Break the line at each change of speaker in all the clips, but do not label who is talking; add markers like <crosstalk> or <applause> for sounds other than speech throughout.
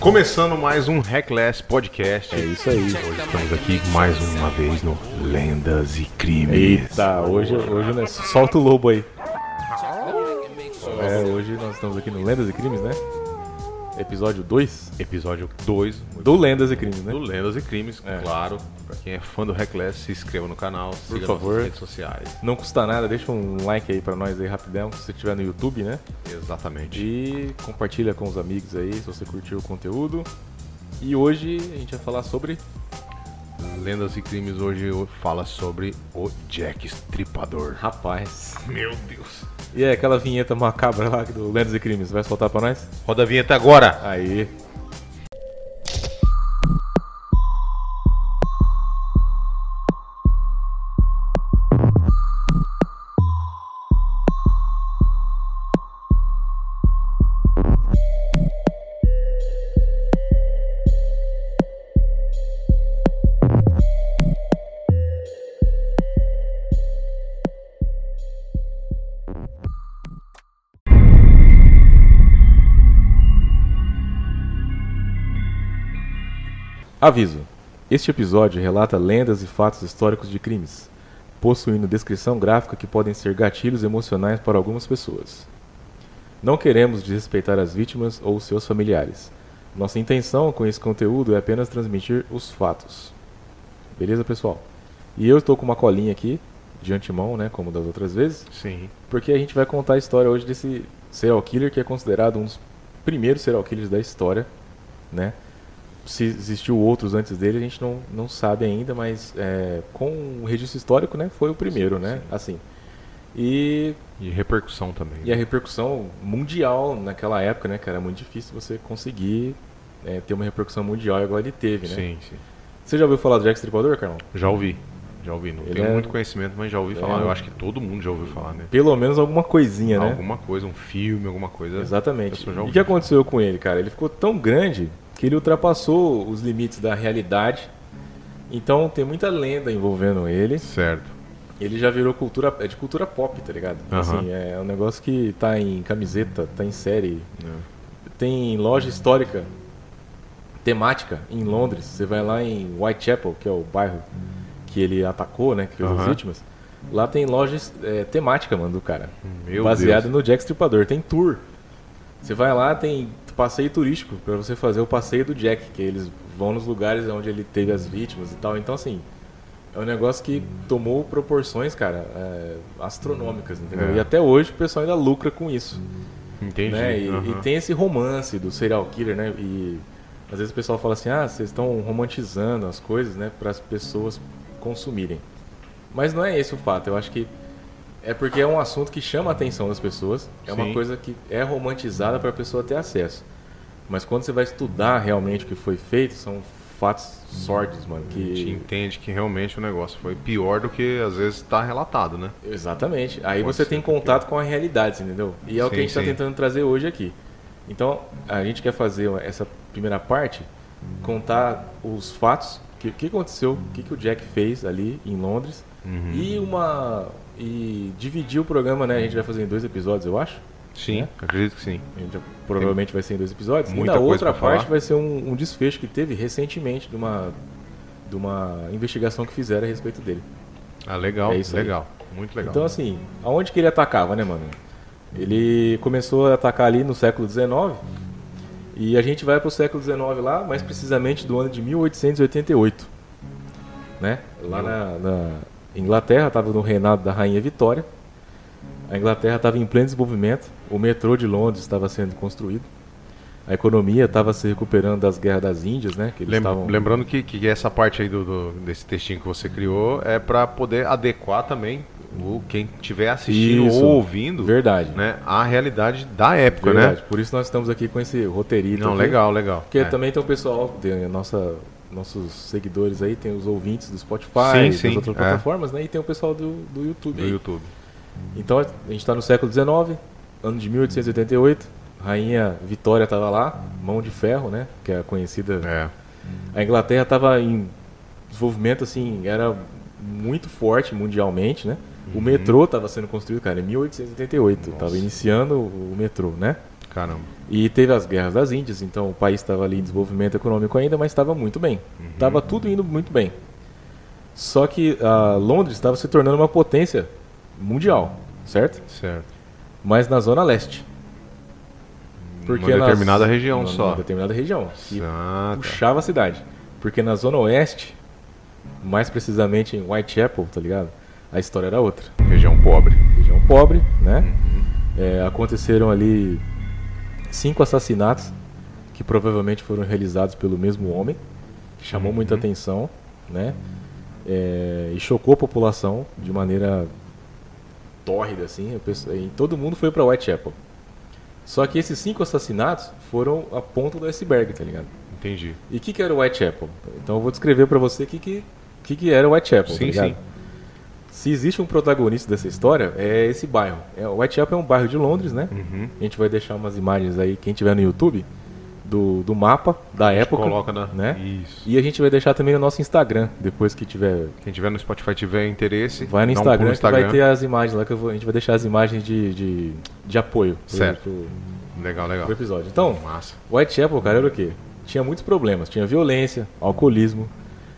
Começando mais um Reckless Podcast.
É isso aí.
Hoje estamos aqui mais uma vez no Lendas e Crimes.
Eita, hoje, hoje nós... solta o lobo aí. É, hoje nós estamos aqui no Lendas e Crimes, né? Episódio 2
Episódio 2
do Lendas e Crimes, né?
do Lendas e Crimes,
É.
claro. Pra quem é fã do Reckless, se inscreva no canal, siga
favor.
nas redes sociais.
Não custa nada, deixa um like aí pra nós aí rapidão, se você tiver no YouTube, né?
Exatamente.
E compartilha com os amigos aí, se você curtiu o conteúdo. E hoje a gente vai falar sobre...
Lendas e Crimes hoje fala sobre o Jack Stripador.
Rapaz...
Meu Deus.
E é aquela vinheta macabra lá do Lendas e Crimes, vai soltar pra nós?
Roda a vinheta agora.
Aí... Aviso: Este episódio relata lendas e fatos históricos de crimes, possuindo descrição gráfica que podem ser gatilhos emocionais para algumas pessoas. Não queremos desrespeitar as vítimas ou seus familiares. Nossa intenção com esse conteúdo é apenas transmitir os fatos. Beleza, pessoal? E eu estou com uma colinha aqui, de antemão, né, como das outras vezes,
Sim.
porque a gente vai contar a história hoje desse serial killer que é considerado um dos primeiros serial killers da história, né? Se existiu outros antes dele, a gente não, não sabe ainda, mas é, com o registro histórico, né? Foi o primeiro, né? Assim. E,
E repercussão também. né?
e a repercussão mundial naquela época, né, cara? É muito difícil você conseguir é, ter uma repercussão mundial igual ele teve, né?
Sim, sim.
Você já ouviu falar do Jack Stripador, Carlão?
Já ouvi. Já ouvi. Não
Ele
tenho
é-
muito conhecimento, mas já ouvi
É
falar.
um-
Eu acho que todo mundo já ouviu falar, né?
Pelo menos alguma coisinha, né?
Alguma coisa, um filme, alguma coisa.
Exatamente.
Eu já
E
ouvi.
o que aconteceu com ele, cara? Ele ficou tão grande que ele ultrapassou os limites da realidade. Então tem muita lenda envolvendo ele.
Certo.
Ele já virou cultura, é de cultura pop, tá ligado?
Aham.
Assim, é um negócio que tá em camiseta, tá em série,
É.
tem loja histórica temática em Londres. Você vai lá em Whitechapel, que é o bairro que ele atacou, né, que fez as
Aham.
vítimas. Lá tem lojas é, temática, mano, do cara.
Meu
baseado
Deus.
no Jack Stripador. Tem tour. Você vai lá, tem passeio turístico pra você fazer o passeio do Jack, que eles vão nos lugares onde ele teve as vítimas e tal. Então, assim, é um negócio que tomou proporções, cara, é, astronômicas, entendeu?
É.
E até hoje o pessoal ainda lucra com isso
Entendi.
né? E,
Aham.
e tem esse romance do serial killer, né? E às vezes o pessoal fala assim, ah, vocês estão romantizando as coisas, né, para as pessoas consumirem. Mas não é esse o fato. Eu acho que é porque é um assunto que chama a atenção das pessoas. É
Sim.
uma coisa que é romantizada para a pessoa ter acesso. Mas quando você vai estudar realmente o que foi feito, são fatos sórdidos, mano.
A gente
Que
entende que realmente o negócio foi pior do que às vezes está relatado, né?
Exatamente. Aí
Pode
você
ser
tem
qualquer.
contato com a realidade, você entendeu? E é o que a
Sim,
gente está
sim.
tentando trazer hoje aqui. Então, a gente quer fazer essa primeira parte,
Hum.
contar os fatos, o que, o que aconteceu, o que, que o Jack fez ali em Londres.
Uhum.
E uma. E dividir o programa, né? A gente vai fazer em dois episódios, eu acho.
Sim. É. Acredito que sim.
A gente provavelmente vai ser em dois episódios.
Muita
e na
coisa
outra
pra falar.
parte vai ser um, um desfecho que teve recentemente de uma, de uma investigação que fizeram a respeito dele.
Ah, legal.
É isso aí.
legal. Muito legal.
Então, assim, aonde que ele atacava, né, mano? Ele começou a atacar ali no século XIX. E a gente vai pro século XIX lá, mais precisamente do ano de 1888. Né? Lá na, na Inglaterra, estava no reinado da Rainha Vitória. A Inglaterra estava em pleno desenvolvimento. O metrô de Londres estava sendo construído. A economia estava se recuperando das guerras das Índias, né? Que eles
Lem-
estavam-
Lembrando que, que essa parte aí do, do- desse textinho que você criou é para poder adequar também o quem estiver assistindo
Isso.
ou ouvindo
Verdade.
né, a realidade da época,
Verdade.
né?
Por isso nós estamos aqui com esse roteirinho.
Não, legal, legal.
Porque
É.
também tem o pessoal, tem a nossa, nossos seguidores aí, tem os ouvintes do Spotify,
Sim, sim,
das outras
é.
plataformas, né? E tem o pessoal do, do YouTube.
do
aí.
YouTube.
Então a gente está no século XIX, ano de 1888. Rainha Vitória estava lá, mão de ferro, né? Que é conhecida.
É.
A Inglaterra estava em desenvolvimento, assim, era muito forte mundialmente,
Uhum.
né? O metrô estava sendo construído, cara, em 1888. Estava iniciando o o metrô, né?
Caramba.
E teve as guerras das Índias, então o país estava
Uhum.
ali em desenvolvimento econômico ainda, mas estava muito bem. Estava tudo indo muito bem. Só que ah, Londres estava se tornando uma potência mundial, certo?
Certo.
Mas na zona leste.
Uma
nas-
determinada região
numa-
só.
Numa determinada região. E
Ah, tá.
puxava a cidade. Porque na zona oeste, mais precisamente em Whitechapel, tá ligado? A história era outra.
Região pobre.
região pobre, né?
Uhum.
É, aconteceram ali cinco assassinatos que provavelmente foram realizados pelo mesmo homem, que chamou
Uhum.
muita atenção, né? É, e chocou a população de maneira tórrida, assim. a pessoa- e todo mundo foi para Whitechapel. Só que esses cinco assassinatos foram a ponta do iceberg, tá ligado?
Entendi.
E o que, que era o Whitechapel? Então eu vou descrever pra você o que, que, que, que era o Whitechapel.
Sim,
tá ligado?
sim.
Se existe um protagonista dessa história, é esse bairro. É, o Whitechapel é um bairro de Londres, né?
Uhum.
A gente vai deixar umas imagens aí, quem tiver no YouTube, do, do mapa da época.
Coloca na.
né?
Isso.
E a gente vai deixar também no nosso Instagram, depois que tiver.
Quem tiver no Spotify tiver interesse,
Vai no
dá um
Instagram,
pulo
que vai ter as imagens lá, que eu vou- a gente vai deixar as imagens de, de, de apoio pro-
Certo.
Pro,
Legal, legal.
pro episódio. Então,
Massa.
Whitechapel, cara, era o quê? Tinha muitos problemas. Tinha violência, alcoolismo,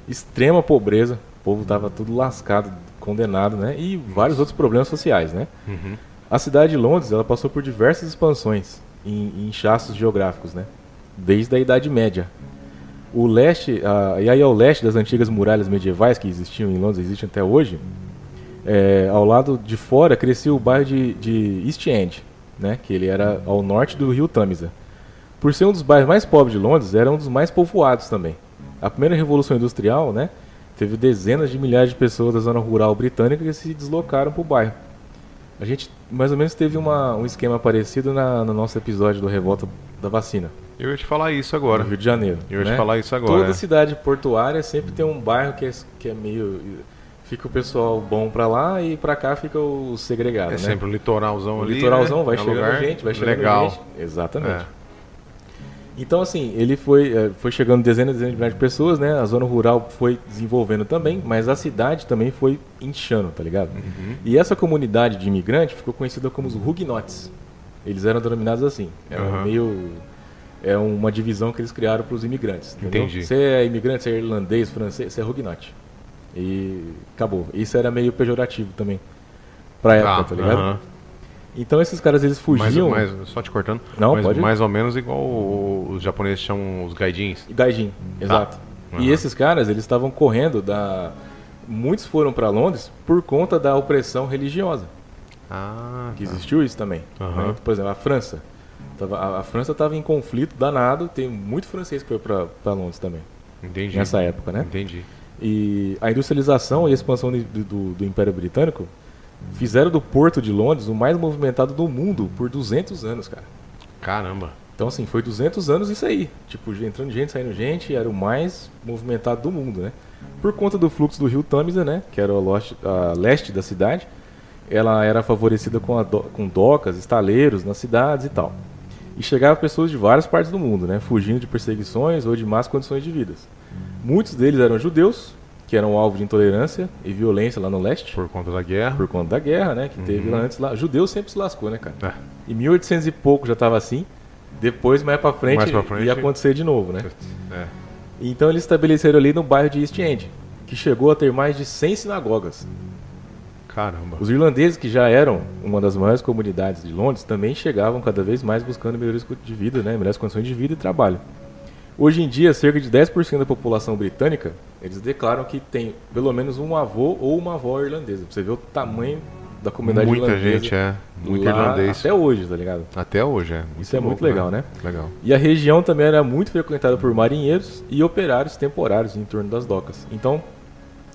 extrema pobreza. O povo tava tudo lascado, condenado, né? E vários outros problemas sociais, né?
Uhum.
A cidade de Londres, ela passou por diversas expansões em, em inchaços geográficos, né? Desde a Idade Média. O leste, a- e aí ao leste das antigas muralhas medievais que existiam em Londres, existem até hoje, é, ao lado de fora crescia o bairro de, de East End, né? Que ele era ao norte do rio Tâmisa. Por ser um dos bairros mais pobres de Londres, era um dos mais povoados também. A primeira revolução industrial, né? Teve dezenas de milhares de pessoas da zona rural britânica que se deslocaram para o bairro. A gente mais ou menos teve uma- um esquema parecido na, no nosso episódio do Revolta da Vacina,
Eu ia te falar isso
no
agora.
Rio de Janeiro.
Eu ia te
né?
falar isso agora.
Toda cidade portuária sempre tem um bairro que é, que é meio. Fica o pessoal bom pra lá e pra cá fica o segregado.
é
né?
sempre o litoralzão
o
ali.
litoralzão
né?
vai
É um
chegando
lugar
gente, vai chegando
legal.
gente. Exatamente.
É.
Então, assim, ele foi, eh, foi chegando dezenas e dezenas de milhares de pessoas, né? A zona rural foi desenvolvendo também, mas a cidade também foi inchando, tá ligado?
Uhum.
E essa comunidade de imigrante ficou conhecida como os Huguenots. Eles eram denominados assim. Era
Aham.
meio. É uma divisão que eles criaram para os imigrantes. entendeu?
Entendi.
Você é imigrante, você é irlandês, francês, você é Huguenot. E acabou. Isso era meio pejorativo também. Pra época, tá ligado?
aham.
Então esses caras eles
Mais,
fugiam.
mais, só te cortando.
Não,
mas,
pode ir.
Mais ou menos igual o- os japoneses chamam os gaijins.
Gaijin, exato. E
Hum. Tá. Aham.
esses caras, eles estavam correndo da. Muitos foram para Londres por conta da opressão religiosa,
Ah,
que
tá.
existiu isso também.
Aham.
né? Por exemplo, a França. Tava- a, a França estava em conflito danado, tem muito francês que foi para Londres também,
entendi.
nessa época, né?
Entendi.
E a industrialização e a expansão de- do, do- do Império Britânico fizeram do porto de Londres o mais movimentado do mundo por 200 anos, cara.
Caramba.
Então, assim, foi 200 anos isso aí. Tipo, entrando gente, saindo gente, era o mais movimentado do mundo, né? Por conta do fluxo do rio Tâmisa, né? Que era o lote- a leste da cidade, ela era favorecida com, a do- com docas, estaleiros nas cidades e tal. E chegava pessoas de várias partes do mundo, né? Fugindo de perseguições ou de más condições de vida. Muitos deles eram judeus, que eram alvo de intolerância e violência lá no leste,
Por conta da guerra.
por conta da guerra, né? Que teve lá antes lá. Judeu sempre se lascou, né, cara?
É.
Em 1800 e pouco já estava assim. Depois, mais pra, frente,
Mais pra frente.
ia acontecer de novo, né?
É.
Então eles estabeleceram ali no bairro de East End, que chegou a ter mais de 100 sinagogas.
Caramba.
Os irlandeses, que já eram uma das maiores comunidades de Londres, também chegavam cada vez mais buscando melhorias de vida, né? melhores condições de vida e trabalho. Hoje em dia, cerca de 10% da população britânica, eles declaram que tem pelo menos um avô ou uma avó irlandesa. Pra você ver o tamanho da comunidade
Muita
irlandesa.
gente, é. Muito
lá
irlandês.
Até hoje, tá ligado?
Até hoje, é.
Isso é muito legal, né?
Legal.
E a região também era muito frequentada por marinheiros e operários temporários em torno das docas. Então,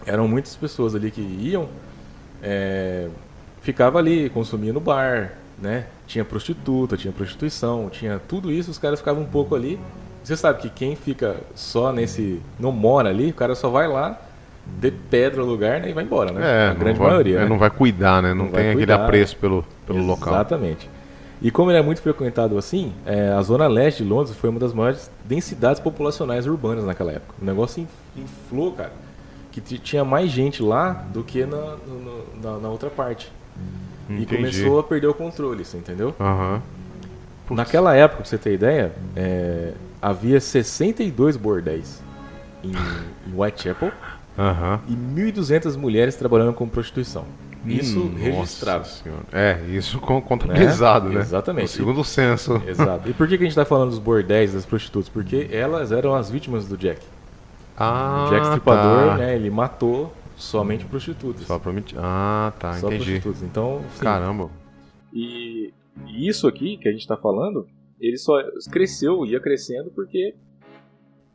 eram muitas pessoas ali que iam, é, ficava ali, consumia no bar, né? Tinha prostituta, tinha prostituição, tinha tudo isso, os caras ficavam um pouco ali. Você sabe que quem fica só nesse. não mora ali, o cara só vai lá, dê pedra no lugar né, e vai embora, né?
É,
a
não
grande
vai-
maioria.
é,
né?
Não vai cuidar, né? Não,
Não vai
tem aquele
cuidar.
apreço pelo, pelo local.
Exatamente. E como ele é muito frequentado assim, é, a zona leste de Londres foi uma das maiores densidades populacionais urbanas naquela época. O negócio in- inflou, cara, que t- tinha mais gente lá do que na, no- no- na, na outra parte. E
Hum, Entendi.
começou a perder o controle, você entendeu?
Aham. Putz.
Naquela época, pra você ter ideia, é, havia 62 bordéis em, em Whitechapel
Aham.
e 1.200 mulheres trabalhando com prostituição.
Hum,
Isso
Nossa
registrado.
Senhora. É, isso com- contabilizado, né?
Exatamente.
O segundo censo.
Exato. E por que, que a gente tá falando dos bordéis das prostitutas? Porque elas eram as vítimas do Jack.
Ah,
O Jack Stripador,
tá.
né, ele matou somente prostitutas.
Só pra mentir. Ah, tá,
Só
entendi.
prostitutas. Então, sim.
Caramba.
E e isso aqui que a gente está falando, ele só cresceu, ia crescendo, porque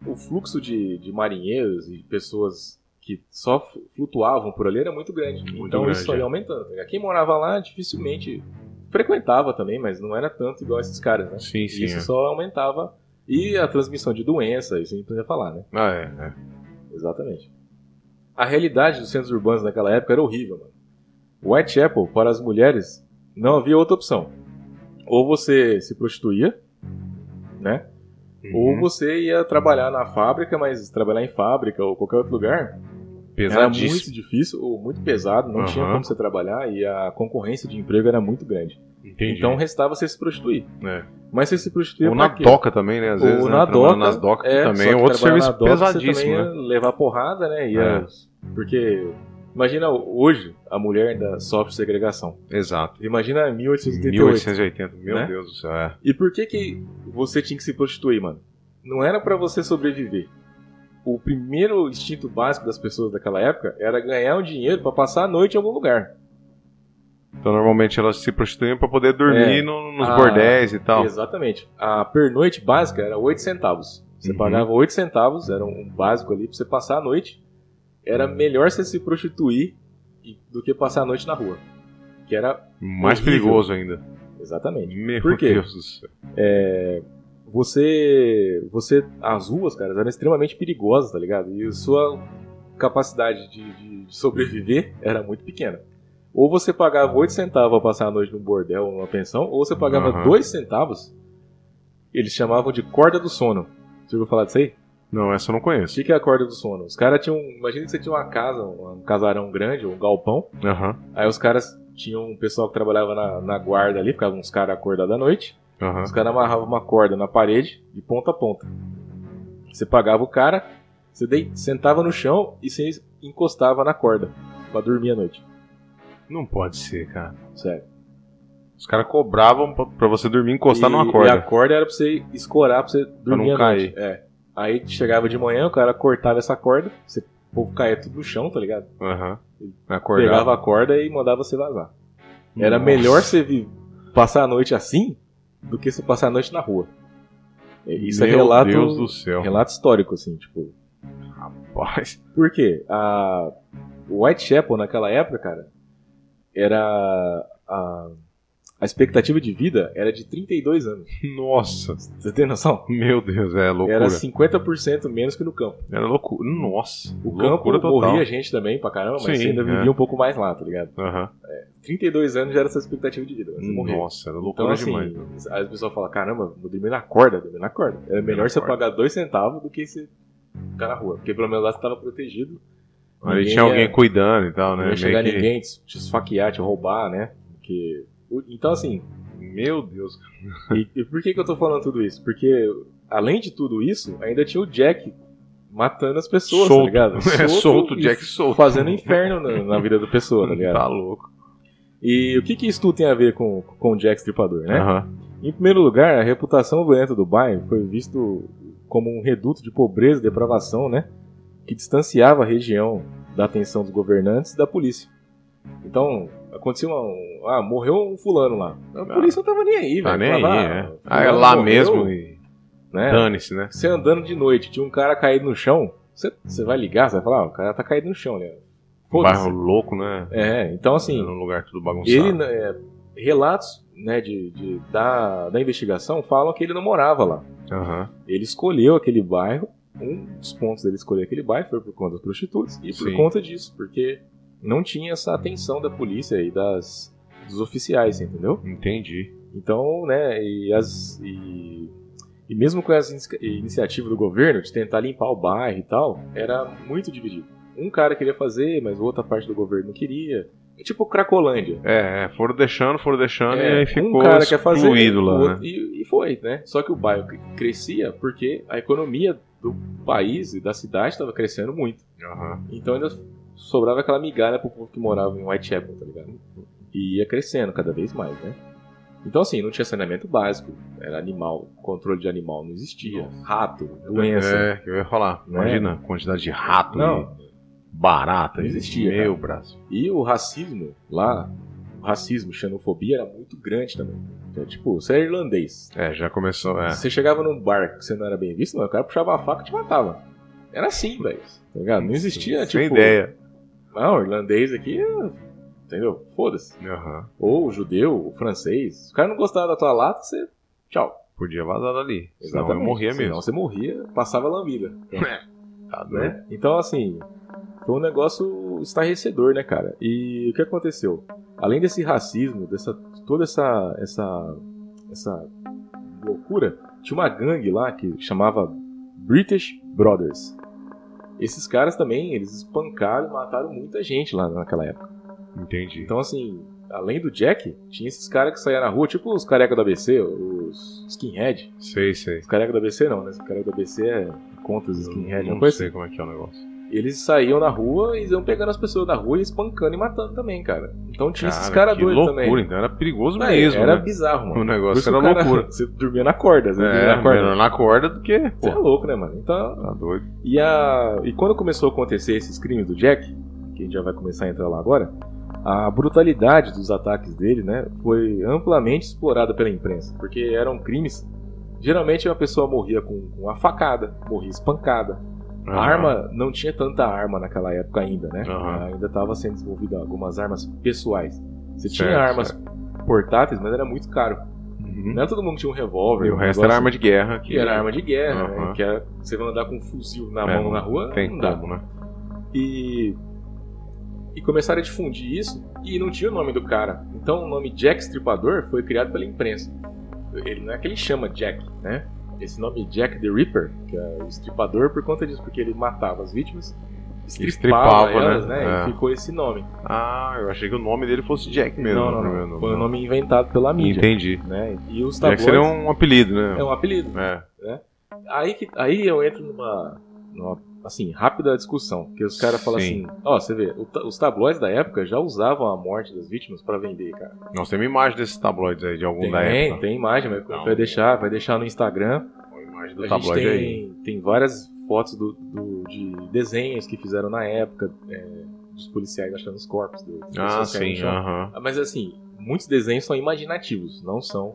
o fluxo de, de marinheiros e pessoas que só fu- flutuavam por ali era muito grande.
Muito
então
grande,
isso só
é.
ia aumentando. Quem morava lá dificilmente frequentava também, mas não era tanto igual esses caras, né?
Sim,
E
sim.
isso
é.
só aumentava. E a transmissão de doença, isso a gente precisa falar, né?
Ah, é, é.
Exatamente. A realidade dos centros urbanos naquela época era horrível, mano. Whitechapel, para as mulheres, não havia outra opção. Ou você se prostituía, né? Ou
Uhum.
você ia trabalhar na fábrica, mas trabalhar em fábrica ou qualquer outro lugar era muito
Pesadíssimo.
difícil ou muito pesado, não tinha
Aham.
como você trabalhar e a concorrência de emprego era muito grande.
Entendi.
Então restava você se prostituir.
É.
Mas você se prostituía
Ou
pra
na
quê?
doca também, né? Às
Ou
vezes, né?
na
Trabalhando
doca,
nas docas também.
só
É outro
que trabalhar na
serviço
doca, você
pesadíssimo,
também
né?
ia levar porrada, né? Ia...
É.
Porque, imagina hoje, a mulher ainda sofre segregação.
Exato.
Imagina 1888.
1880, meu
né?
Deus do céu. É.
E por que que você tinha que se prostituir, mano? Não era pra você sobreviver. O primeiro instinto básico das pessoas daquela época era ganhar um dinheiro pra passar a noite em algum lugar.
Então, normalmente elas se prostituíam pra poder dormir
É.
no- nos
Ah,
bordéis e tal.
Exatamente. A pernoite básica era 8 centavos. Você
Uhum.
pagava 8 centavos, era um básico ali pra você passar a noite. Era melhor você se prostituir e- do que passar a noite na rua. Que era.
Mais
Horrível.
perigoso ainda.
Exatamente.
Meu
Por quê?
Deus do céu.
Você. Você. As ruas, cara, eram extremamente perigosas, tá ligado? E sua capacidade de, de- de sobreviver era muito pequena. Ou você pagava 8 centavos pra passar a noite num bordel ou numa pensão, ou você pagava
Aham.
2 centavos. Eles chamavam de corda do sono. Você ouviu falar disso aí?
Não, essa eu não
O
conheço.
que que é a corda do sono? Os caras tinham. Imagina que você tinha uma casa, um um casarão grande, um galpão.
Aham,
Aí os caras tinham um pessoal que trabalhava na, na guarda ali, ficavam uns caras acordados à noite.
aham.
Os caras amarravam uma corda na parede, de ponta a ponta. Você pagava o cara, você dei- sentava no chão e você encostava na corda pra dormir à noite.
Não pode ser, cara.
Sério.
Os caras cobravam pra, pra você dormir encostar
e,
numa
E a
corda.
corda era pra você escorar pra você dormir
não
à noite. É. Aí chegava de manhã, o cara cortava essa corda, você, o povo caía tudo no chão, tá ligado?
Aham.
Pegava a corda e mandava você vazar. Era
Nossa.
melhor você vi- passar a noite assim do que você passar a noite na rua. É, Isso é
Meu
relato,
Deus do céu.
relato histórico, assim, tipo.
Rapaz. <laughs>
Por quê? A o Whitechapel naquela época, cara, era. A, a expectativa de vida era de 32 anos.
Nossa.
Você tem noção?
Meu Deus, é loucura.
Era assim.
Era,
50% menos que no campo.
loucura. Nossa.
O
loucura
campo
total.
morria gente também pra caramba, mas
Sim,
você ainda
é.
vivia um pouco mais lá, tá ligado?
Aham.
32 anos já era essa expectativa de vida, mas você morria.
Nossa, era
Então,
Hum, loucura
assim,
demais.
aí as pessoas falam, caramba, vou dormir na corda, dormir na corda. É melhor
na
você
corda.
pagar dois centavos do que você ficar na rua. Porque pelo menos lá você tava protegido.
Ali
ninguém
tinha alguém
ia-
cuidando e tal,
Não
né?
ia chegar
Meio que- Uhum.
ninguém, te, te esfaquear, te roubar, né? Porque... o- Então, assim,
Meu Deus. cara.
e, e por que, que eu tô falando tudo isso? Porque, além de tudo isso, ainda tinha o Jack matando as pessoas,
Solto.
tá ligado?
<laughs> É, solto,
e
Jack solto.
Fazendo inferno na, na vida da pessoa, tá ligado?
<laughs> Tá louco.
E o que que isso tudo tem a ver com, com o Jack Stripador, né?
Aham.
Em primeiro lugar, a reputação violenta do bairro foi visto como um reduto de pobreza e depravação, né? Que distanciava a região da atenção dos governantes e da polícia. Então, acontecia um. Ah, morreu um fulano lá. A polícia não tava nem aí,
Tá
velho.
nem aí,
Falava,
é.
"Ah,
Ah, é
fulano
lá
morreu",
mesmo e
Né?
dane-se, né?
Você andando de noite, tinha um cara caído no chão. Você, você vai ligar, você vai falar, ah, o cara tá caído no chão, né? Foda-se.
Um Bairro louco, né?
É, então assim.
Num lugar tudo
Ele,
bagunçado.
né, é, relatos né, de, de- da, da investigação falam que ele não morava lá.
Aham.
Ele escolheu aquele bairro, um dos pontos dele escolher aquele bairro foi por conta das prostitutas e por
Sim.
conta disso, porque não tinha essa atenção da polícia e das, dos oficiais, entendeu?
Entendi.
Então, né, e, as, e, e mesmo com as inici- iniciativas do governo de tentar limpar o bairro e tal, era muito dividido. Um cara queria fazer, mas outra parte do governo não queria. tipo Cracolândia.
É, é, foram deixando, foram deixando e
É,
aí ficou
um cara quer fazer
excluído
o
lá,
outro-
né?
e, e foi, né? Só que o bairro cre- crescia porque a economia do país e da cidade estava crescendo muito.
Aham.
Então ainda sobrava aquela migalha pro povo que morava em Whitechapel, tá ligado? E ia crescendo cada vez mais, né? Então assim, não tinha saneamento básico, era animal, controle de animal não existia, rato, doença,
É, que eu ia falar.
Né?
Imagina a quantidade de rato e
não.
barata.
Não existia,
Meu braço.
E o racismo lá, o racismo, xenofobia era muito grande também. Então, tipo, você é irlandês,
É, já começou. É.
Você chegava num bar que você não era bem visto, mano, o cara puxava a faca e te matava. Era assim, velho. Tá ligado? Não existia,
Sem
tipo.
ideia.
Não, o irlandês aqui. é- Entendeu? Foda-se.
Aham.
Ou o judeu, o francês. O cara não gostava da tua lata, você. Tchau.
Podia vazar dali. Senão eu morria
Senão
mesmo.
você morria, passava lambida.
<laughs> Tá doido.
né? Então, assim, foi um negócio estarrecedor, né, cara? E o que aconteceu? Além desse racismo, dessa toda essa essa essa loucura, tinha uma gangue lá que chamava British Brothers. Esses caras também, eles espancaram e mataram muita gente lá naquela época.
Né? Entendi.
Então, assim, além do Jack, tinha esses caras que saíam na rua, tipo os careca do ABC, os skinhead.
Sei, sei.
Os careca do ABC não, né? Os careca do ABC é contra os skinhead,
não
uma coisa
sei como é que é o negócio.
eles saíam na rua e iam pegando as pessoas da rua e espancando e matando também, cara. Então tinha esses
Cara,
caras
que
doidos
loucura,
também.
então era perigoso
É,
mesmo.
era
né?
bizarro,
O
mano. Por
negócio
isso
era
o cara-
loucura.
<laughs> Você dormia na corda, você dormia
É,
na corda.
melhor na corda do que.
Você é
Pô,
louco, né, mano? Então,
tá doido.
e, a... e quando começou a acontecer esses crimes do Jack, que a gente já vai começar a entrar lá agora, a brutalidade dos ataques dele, né, foi amplamente explorada pela imprensa, porque eram crimes. Geralmente uma pessoa morria com, com uma facada, morria espancada, a arma não tinha tanta arma naquela época ainda, né?
Aham.
Ainda estava sendo desenvolvida algumas armas pessoais. Você
Certo,
tinha armas portáteis, mas era muito caro.
Uhum.
Não era todo mundo que tinha um revólver.
E o
um
resto
negócio
era arma de guerra.
que era arma de guerra, né?
Aham.
Que era você vai andar com um fuzil na
É,
mão na rua,
Tem
não dá.
como, né?
E e começaram a difundir isso e não tinha o nome do cara. Então o nome Jack Stripador foi criado pela imprensa. Ele não é que ele chama Jack, né? Esse nome Jack the Ripper, que é o estripador por conta disso, porque ele matava as vítimas, estripava,
Estripava,
elas,
né?
né?
É.
E ficou esse nome.
Ah, eu achei que o nome dele fosse Jack mesmo.
não, não,
no primeiro
não. Foi um
nome.
nome inventado pela mídia,
Entendi.
né? E os
Jack
tabloides
seria um apelido,
é
né?
um apelido.
É.
Aí, que, aí eu entro numa, numa, assim, rápida discussão. Porque os caras falam
Sim.
assim: ó, você vê, o ta- os tabloides da época já usavam a morte das vítimas pra vender, cara.
Nós temos imagem desses tabloides aí, de algum
Tem,
da época.
tem imagem, mas
Não.
vai deixar, vai deixar no Instagram.
Uma imagem do
a gente
tabloide aí.
tem, tem várias fotos do, do- de desenhos que fizeram na época, é, dos policiais achando os corpos. do- das
Ah,
pessoas caindo no
sim, ah.
chão.
aham.
Mas assim, muitos desenhos são imaginativos, não são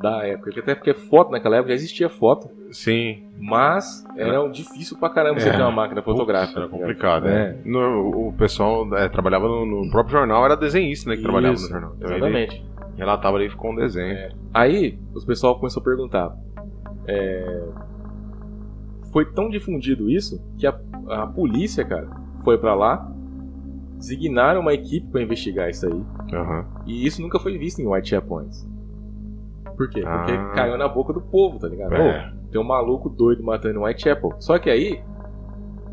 da época. Porque Até porque foto naquela época já existia foto,
Sim.
mas era um difícil pra caramba você
É.
ter uma máquina fotográfica.
Era
tá ligado?
complicado, né? No- o pessoal é, trabalhava no, no próprio jornal, era desenhista, né? Que
Isso,
trabalhava no jornal. Então ele
Exatamente. É.
relatava ali e ficou um desenho.
Aí, os pessoal começou a perguntar. é, Foi tão difundido isso que a, a polícia, cara, foi pra lá, designaram uma equipe pra investigar isso aí.
Aham.
E isso nunca foi visto em Whitechapel antes. Por quê? Porque
Ah.
caiu na boca do povo, tá ligado? Ô,
É.
Tem um maluco doido matando em Whitechapel. Só que aí,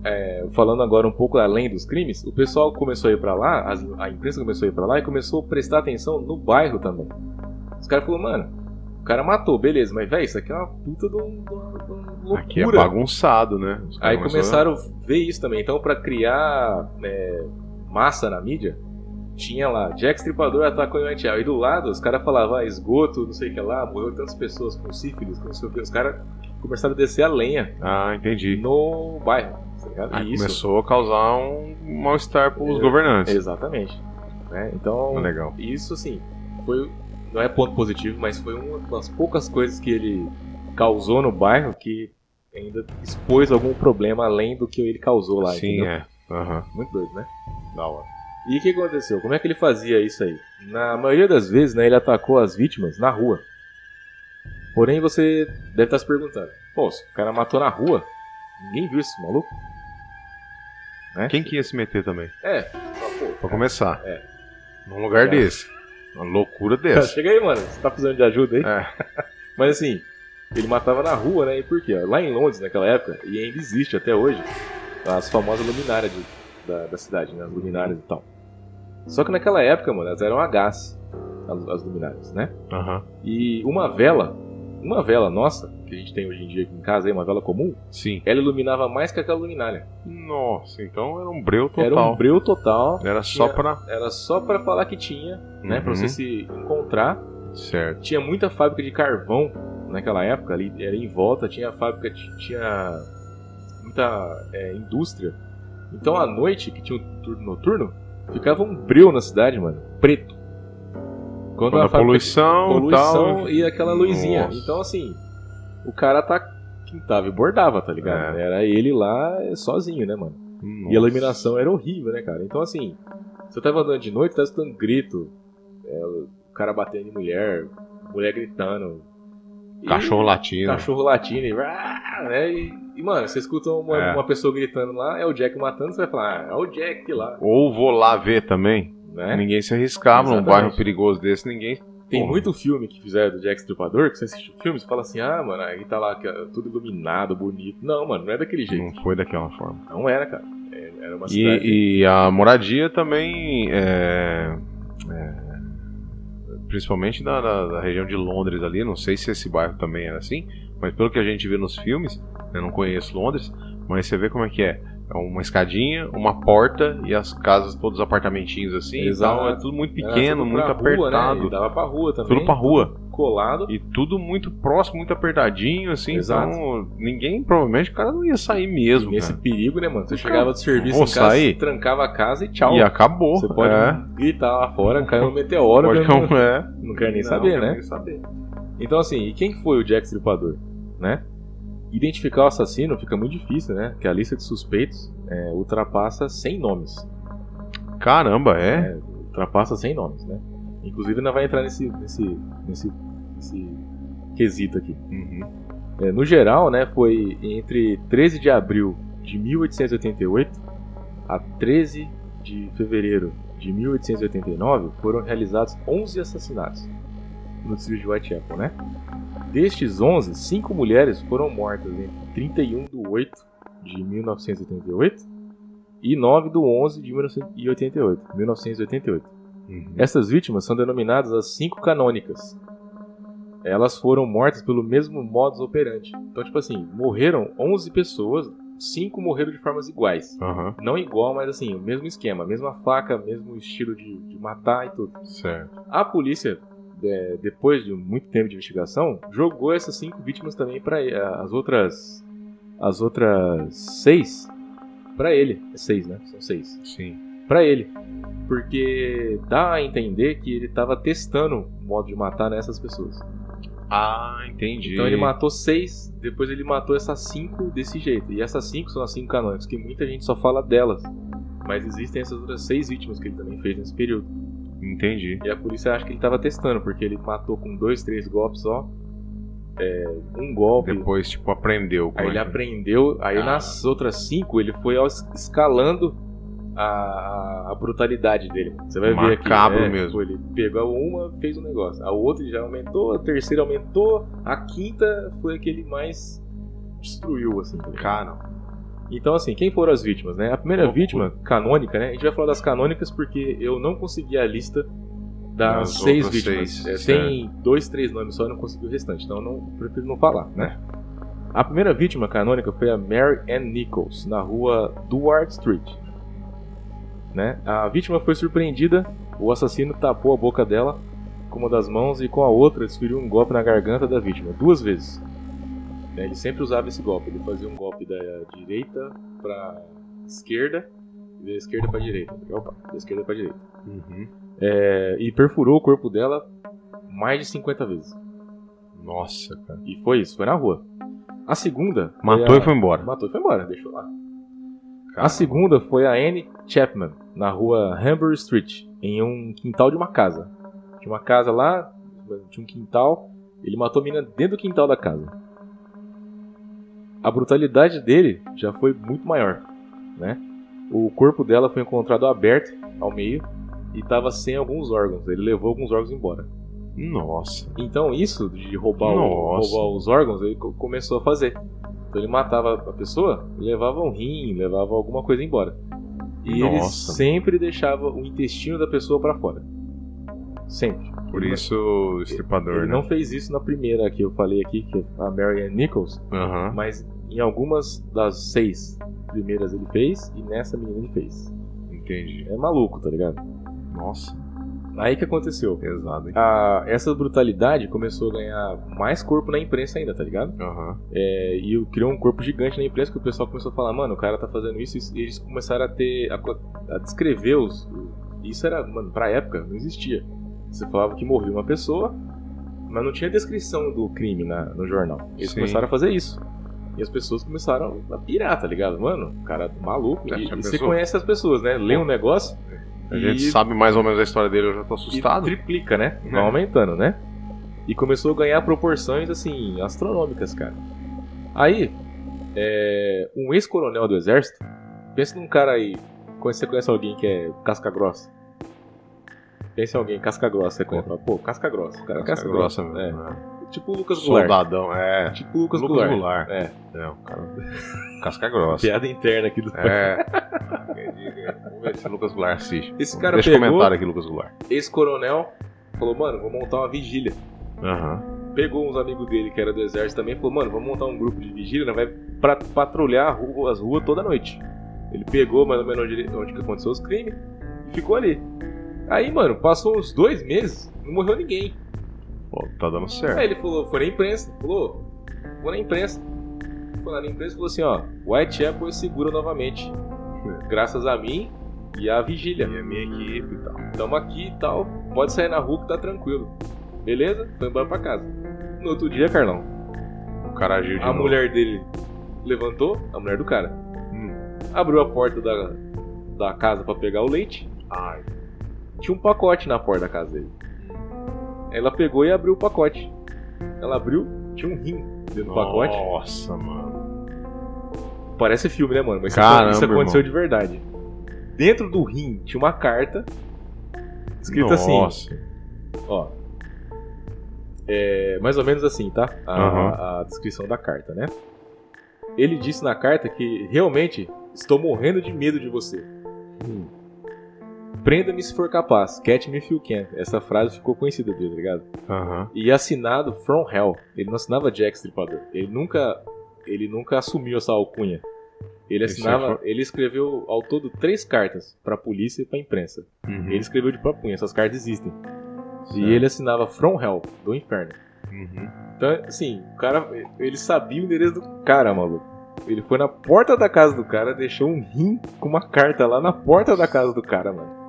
é, falando agora um pouco além dos crimes, o pessoal começou a ir pra lá, as- a imprensa começou a ir pra lá e começou a prestar atenção no bairro também. Os caras falaram, mano, o cara matou, beleza, mas velho, isso aqui é uma puta de, um, de uma- de uma loucura.
Aqui é bagunçado, né? Os caras
Aí
começaram-
começaram a ver isso também. Então, pra criar é, massa na mídia, tinha lá Jack Stripador atacou em Whitechapel. E do lado, os caras falavam ah, esgoto, não sei o que lá, morreu tantas pessoas com sífilis, com não sei o que. Os caras começaram a descer a lenha
Ah, entendi.
no bairro. tá ligado?
Aí
E isso.
começou a causar um mal-estar pros
É,
governantes. Tá
Exatamente. Né? Então,
Legal.
isso assim, foi. Não é ponto positivo, mas foi uma das poucas coisas que ele causou no bairro que ainda expôs algum problema além do que ele causou lá.
Sim,
entendeu?
é. Aham.
Muito doido, né?
Da hora.
E o que aconteceu? Como é que ele fazia isso aí? Na maioria das vezes, né, ele atacou as vítimas na rua. Porém, você deve estar se perguntando: pô, se o cara matou na rua, ninguém viu esse maluco?
Quem que ia se meter também?
É, só, pô,
Pra começar.
É.
Num lugar
É.
desse. Uma loucura
Tá, <laughs>
dessa.
Chega aí, mano. Você tá precisando de ajuda aí?
É.
<laughs> Mas assim, ele matava na rua, né? E por quê? Lá em Londres, naquela época, e ainda existe até hoje, as famosas luminárias de- da, da cidade, né? As luminárias e tal. Só que naquela época, mano, elas eram a gás, as, as luminárias, né?
Aham.
E uma vela, uma vela nossa, que a gente tem hoje em dia aqui em casa, aí, uma vela comum,
Sim.
ela iluminava mais que aquela luminária.
Nossa, então era um breu total.
Era um breu total,
Era só
Tinha-
pra.
era só pra falar que tinha, né? Pra
Uhum.
você se encontrar.
Certo.
Tinha muita fábrica de carvão naquela época, ali era em volta, tinha fábrica, ti- tinha muita é, indústria. Então à noite, que tinha um turno noturno, ficava um breu na cidade, mano, preto.
Quando a
fábrica-
poluição e
poluição
tal.
e aquela luzinha.
Nossa.
Então, assim, o cara tá quintava e bordava, tá ligado?
É.
Era ele lá eh, sozinho, né, mano? E a iluminação era horrível, né, cara? Então, assim, você tava andando de noite, tava escutando grito, eh, o cara batendo em mulher, mulher gritando. E-
Cachorro latino.
Cachorro latino, e, "Ah", né? E, e, mano, você escuta uma,
É.
uma pessoa gritando lá, é o Jack matando, você vai falar, ah, é o Jack lá,
Ou vou lá ver também.
né?
Ninguém se arriscava num
Exatamente.
bairro perigoso desse, ninguém.
Tem
Porra.
muito filme que fizeram do Jack Stripador, que você assiste o filme e fala assim, ah, mano, aí tá lá que é tudo iluminado, bonito. Não, mano, não é daquele jeito.
Não foi daquela forma.
Não era, cara. É- Era uma cidade...
E, e a moradia também. É, é, principalmente da, da- da região de Londres ali. Não sei se esse bairro também era assim. Mas pelo que a gente vê nos filmes, eu não conheço Londres, mas você vê como é que é. É uma escadinha, uma porta e as casas, todos os apartamentinhos assim. e
Exato.
tal. É tudo muito
Era
pequeno,
tudo
muito
pra rua,
apertado.
Né? E dava pra rua também.
Tá tudo pra rua.
Colado.
E tudo muito próximo, muito apertadinho, assim.
Exato.
Então, ninguém, provavelmente, o cara não ia sair
E
mesmo.
nesse
cara.
perigo, né, mano? Você
Nunca
chegava do serviço
vou
em casa,
sair.
trancava a casa e tchau.
E acabou.
Você pode
é.
gritar lá fora, caiu um meteoro,
Pode
eu não,
não é.
não quero nem
Não,
saber,
não quero
né?
nem saber.
Então, assim, e quem foi o Jack Stripador? Né? Identificar o assassino fica muito difícil, né? Porque a lista de suspeitos é, ultrapassa 100 nomes.
Caramba, é?
Ultrapassa 100 nomes, né? Inclusive, ainda vai entrar nesse, nesse, nesse, nesse quesito aqui.
Uhum.
É, no geral, né, foi entre 13 de abril de 1888 a 13 de fevereiro de 1889 foram realizados 11 assassinatos no distrito de Whitechapel, né? Destes 11, cinco mulheres foram mortas entre 31 de 8 de 1988 e 9 de 11 de 1988. 1988.
Uhum.
Essas vítimas são denominadas as cinco canônicas. Elas foram mortas pelo mesmo modus operandi. Então, tipo assim, morreram 11 pessoas, cinco morreram de formas iguais.
Aham,
Não igual, mas assim, o mesmo esquema, mesma faca, mesmo estilo de, de matar e tudo.
certo.
A polícia, é, depois de muito tempo de investigação, jogou essas cinco vítimas também para as outras, as outras seis, para ele. É seis, né? São seis
Sim.
pra ele. Porque dá a entender que ele tava testando o modo de matar nessas pessoas.
Ah, entendi.
Então ele matou seis, depois ele matou essas cinco desse jeito. E essas cinco são as cinco canônicas, que muita gente só fala delas. Mas existem essas outras seis vítimas que ele também fez nesse período.
Entendi.
E a polícia acha que ele tava testando, porque ele matou com dois, três golpes só. É, um golpe.
Depois, tipo, aprendeu. como
Aí ele
é que-
aprendeu, aí
Ah.
nas outras cinco ele foi ao- escalando a, a brutalidade dele. Você vai ver aqui.
Macabro
é,
mesmo.
pô, Ele pegou uma, fez um negócio. A outra ele já aumentou, a terceira aumentou, a quinta foi a que ele mais destruiu, assim. tá ligado?
Cara,
Então, assim, quem foram as vítimas, né? A primeira
Loucura.
vítima, canônica, né? A gente vai falar das canônicas porque eu não consegui a lista das
Das
seis
outras
vítimas.
seis,
É,
certo.
tem dois, três nomes só, eu não consegui o restante, então eu não, prefiro não falar, né? A primeira vítima canônica foi a Mary Ann Nichols, na rua Duarte Street. Né? A vítima foi surpreendida, o assassino tapou a boca dela com uma das mãos e com a outra desferiu um golpe na garganta da vítima, duas vezes. Né, Ele sempre usava esse golpe. Ele fazia um golpe da direita pra esquerda e da esquerda pra direita. Opa, da esquerda pra direita.
uhum.
É, e perfurou o corpo dela mais de 50 vezes.
nossa, cara.
E foi isso, foi na rua. A segunda. foi
Matou
a-
e foi embora.
Matou e foi embora, deixou lá.
Cara.
A segunda foi a Anne Chapman, na rua Hamburg Street, em um quintal de uma casa. Tinha uma casa lá, tinha um quintal, ele matou a menina dentro do quintal da casa. A brutalidade dele já foi muito maior, né? O corpo dela foi encontrado aberto ao meio e estava sem alguns órgãos. Ele levou alguns órgãos embora.
Nossa.
Então isso de roubar, o-
Nossa.
roubar os órgãos, ele co- começou a fazer. Então ele matava a pessoa, levava um rim, levava alguma coisa embora. E ele
Nossa.
sempre deixava o intestino da pessoa pra fora. Sempre.
Por
Ele-
isso, o
Ele
estripador, né?
não fez isso na primeira que eu falei aqui, que é a Mary Ann Nichols,
Aham.
mas em algumas das seis primeiras ele fez e nessa menina ele fez.
Entendi.
É maluco, tá ligado?
Nossa,
Aí que aconteceu?
pesado, hein?
A- essa brutalidade começou a ganhar mais corpo na imprensa ainda, tá ligado?
Aham.
É, e o- criou um corpo gigante na imprensa que o pessoal começou a falar, mano, o cara tá fazendo isso, isso", e eles começaram a ter. a, co- a descrever os. o- Isso era, mano, pra época, não existia. Você falava que morreu uma pessoa, mas não tinha descrição do crime na- no jornal. Eles
Sim.
começaram a fazer isso. E as pessoas começaram a pirar, tá ligado? Mano, o cara maluco.
Já
E,
tinha
e você
pensou?
conhece as pessoas, né? Lê um negócio
A
E-
gente sabe mais ou menos a história dele, eu já tô
e
assustado.
triplica, né?
É.
Vai aumentando, né? E começou a ganhar proporções, assim, astronômicas, cara. Aí, é, um ex-coronel do exército, pensa num cara aí, quando você conhece alguém que é casca grossa. Pensa em alguém, casca grossa, você conhece, fala, pô, casca grossa, o cara é casca grossa.
É. grossa mesmo. né?
É, tipo o Lucas Goulart.
Soldadão, é.
Tipo o Lucas,
Lucas
Goulart.
Goulart.
É,
É, um cara. <laughs> Casca grossa.
piada interna aqui do...
É. Quem diga, Vamos ver se o Lucas Goulart assiste.
Esse cara
Deixa
pegou-
comentário aqui, Lucas Goulart.
<laughs> Ex-coronel falou, mano, vou montar uma vigília.
Aham.
pegou uns amigos dele que era do exército também e falou, mano, vamos montar um grupo de vigília, né? vai pra, patrulhar a rua- as ruas toda noite. Ele pegou mais ou menos onde, ele- onde que aconteceu os crimes e ficou ali. Aí, mano, passou uns dois meses, não morreu ninguém.
Pô, tá dando
Aí
certo.
ele falou, foi na imprensa, falou, foi na imprensa. Foi lá na imprensa e falou assim, ó, Whitechapel é segura novamente. Graças a mim e à vigília.
E a minha equipe e tal.
Tamo aqui e tal. Pode sair na rua que tá tranquilo. Beleza? Foi embora pra casa. No outro dia, Carlão,
O cara agiu de
A
novo.
mulher dele levantou, a mulher do cara.
Hum.
Abriu a porta da, da casa pra pegar o leite.
Ai,
Tinha um pacote na porta da casa dele. Aí Ela pegou e abriu o pacote. Ela abriu, tinha um rim dentro do pacote.
Nossa, mano.
Parece filme, né, mano? Mas isso
Caramba,
isso aconteceu de verdade. Dentro do rim tinha uma carta escrita assim,
Nossa.
ó. É mais ou menos assim, tá? A,
Aham.
a descrição da carta, né? Ele disse na carta que realmente estou morrendo de medo de você. Hum. Prenda-me se for capaz. Catch me if you can. Essa frase ficou conhecida dele, tá ligado?
Aham.
E assinado From Hell. Ele não assinava Jack Stripador. Ele nunca, ele nunca assumiu essa alcunha. Ele
Esse
assinava, ele escreveu ao todo três cartas pra polícia e pra imprensa.
Uhum.
Ele escreveu de próprio punho, essas cartas existem.
Certo.
E ele assinava From Hell, do inferno.
Uhum.
Então, assim, o cara, ele sabia o endereço do cara, maluco. Ele foi na porta da casa do cara, deixou um rim com uma carta lá na porta da casa do cara, mano.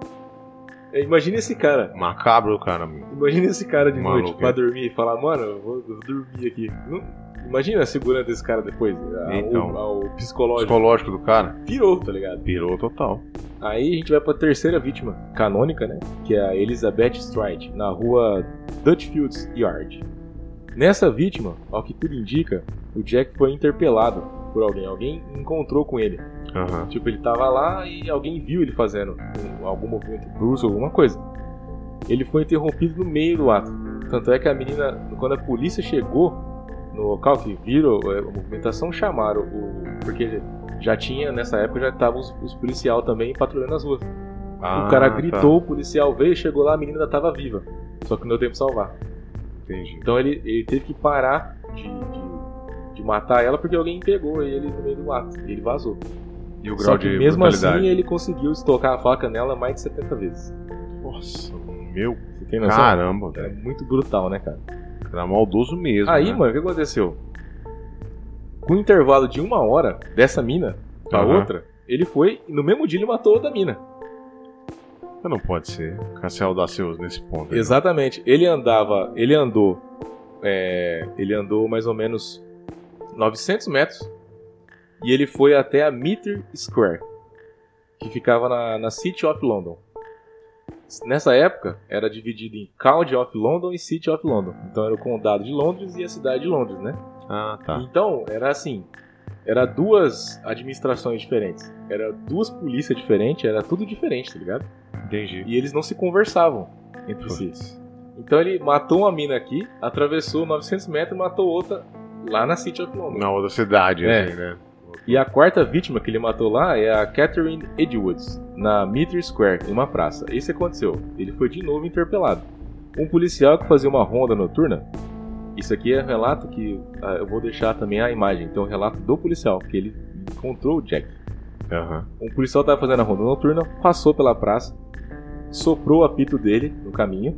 É, Imagina esse cara.
Macabro, cara, meu.
Imagina esse cara de
Maluco,
noite pra
é.
dormir e falar, mano, eu vou, eu vou dormir aqui. Não- imagina a segurança desse cara depois. A,
Então.
o, ao psicológico.
Psicológico do cara.
Pirou, tá ligado?
Pirou total.
Aí a gente vai pra terceira vítima, canônica, né? Que é a Elizabeth Stride, na rua Dutchfields Yard. Nessa vítima, ao que tudo indica, o Jack foi interpelado por alguém. Alguém encontrou com ele.
Aham.
Tipo, ele tava lá e alguém viu ele fazendo um- algum movimento brusco, alguma coisa. Ele foi interrompido no meio do ato. Tanto é que a menina, quando a polícia chegou no local que viram é, a movimentação, chamaram o. Porque já tinha, nessa época, já estavam os, os policial também patrulhando as ruas.
Ah,
o cara
tá.
gritou, o policial veio, chegou lá, a menina ainda tava viva. Só que não deu tempo de salvar.
tá. Entendi.
Então ele, ele teve que parar de, de, de matar ela porque alguém pegou ele no meio do ato. Ele vazou.
E o grau
Só que
de
mesmo
brutalidade?
assim ele conseguiu estocar a faca nela mais de 70 vezes.
Nossa, meu
Você tem noção?
caramba,
é
velho.
muito brutal, né, cara?
Era maldoso mesmo.
Aí,
né?
mano, o que aconteceu? Com um intervalo de uma hora dessa mina pra
Aham.
tá outra, ele foi e no mesmo dia ele matou outra mina.
Não pode ser. Cancel audacioso nesse ponto. aí.
Exatamente. Ele andava, ele andou, é, ele andou mais ou menos 900 metros e ele foi até a Mitre Square, que ficava na, na City of London. Nessa época era dividido em County of London e City of London. Então era o condado de Londres e a cidade de Londres, né?
Ah, tá.
Então era assim, era duas administrações diferentes, era duas polícias diferentes, era tudo diferente, tá ligado?
Entendi.
E eles não se conversavam entre si.
Putz.
Então ele matou uma mina aqui, atravessou 900 metros e matou outra lá na City of London.
Na outra cidade,
É.
assim, né?
E a quarta vítima que ele matou lá é a Catherine Edwards, na Mitre Square, em uma praça. Isso aconteceu. Ele foi de novo interpelado. Um policial que fazia uma ronda noturna. Isso aqui é um relato que ah, eu vou deixar também a imagem. Então, é um relato do policial, que ele encontrou o Jack.
Aham.
Um policial estava fazendo a ronda noturna, passou pela praça, soprou o apito dele no caminho,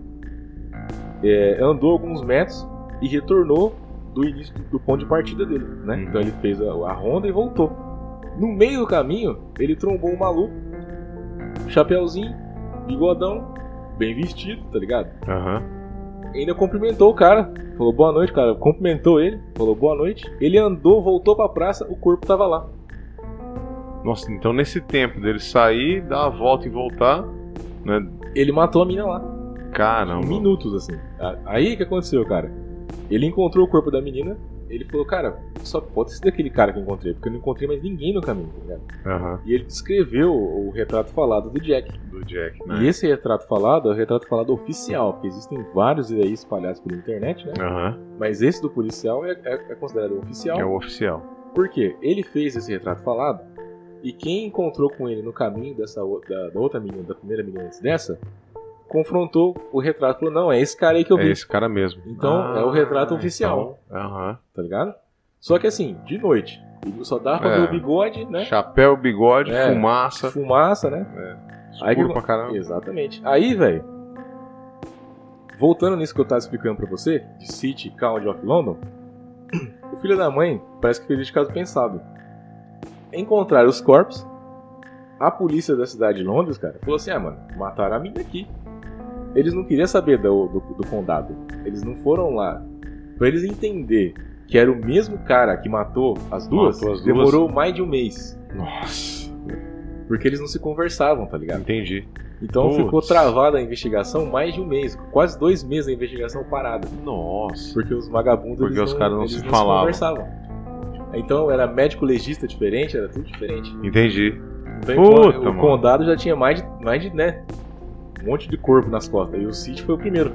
é, andou alguns metros e retornou do início do, do ponto de partida dele. Né?
Uhum.
Então ele fez a, a ronda e voltou. No meio do caminho, ele trombou um maluco, chapéuzinho, bigodão, bem vestido, tá ligado?
Aham.
ainda cumprimentou o cara. Falou boa noite, cara. Cumprimentou ele, falou boa noite. Ele andou, voltou pra praça, o corpo tava lá.
Nossa, então nesse tempo dele sair, dar a volta e voltar, né?
Ele matou a mina lá.
Caramba.
minutos, assim. A- Aí o que aconteceu, cara? Ele encontrou o corpo da menina, ele falou, cara, só pode ser daquele cara que eu encontrei, porque eu não encontrei mais ninguém no caminho, tá ligado?
Aham.
E ele descreveu o retrato falado do Jack.
Do Jack,
E
né?
esse retrato falado é o retrato falado oficial, porque existem vários aí espalhados pela internet, né?
Aham.
Mas esse do policial é, é- é considerado oficial.
É o oficial.
Por quê? Ele fez esse retrato falado e quem encontrou com ele no caminho dessa o- da, da outra menina, da primeira menina antes dessa, confrontou o retrato e falou: não, é esse cara aí que eu
É
vi,
esse cara mesmo.
Então, é o retrato oficial.
Ah, então, Aham.
tá ligado? Só que assim, de noite, ele só dá pra
É.
ver o bigode, né?
Chapéu, bigode,
É.
fumaça.
Fumaça, né?
Escuro
Aí que-
pra caramba.
Exatamente. Aí, velho, voltando nisso que eu tava explicando pra você, de City County of London, <clears throat> o filho da mãe parece que fez de caso pensado. Encontraram os corpos, a polícia da cidade de Londres, cara, falou assim: ah, mano, mataram a mina aqui. Eles não queriam saber do, do, do condado, eles não foram lá. Pra eles entender que era o mesmo cara que matou as duas,
Matou as duas.
demorou mais de um mês.
Nossa.
Porque eles não se conversavam, tá ligado?
Entendi.
Então
Putz.
ficou travada a investigação mais de um mês, quase dois meses a investigação parada,
Nossa.
porque os vagabundos
Porque
eles
os caras não
eles
se falavam.
conversavam. Então era médico legista diferente, era tudo diferente.
Entendi.
Então
Puta,
o
mano.
condado já tinha mais de, mais de né, um monte de corpo nas costas. E o City foi o primeiro.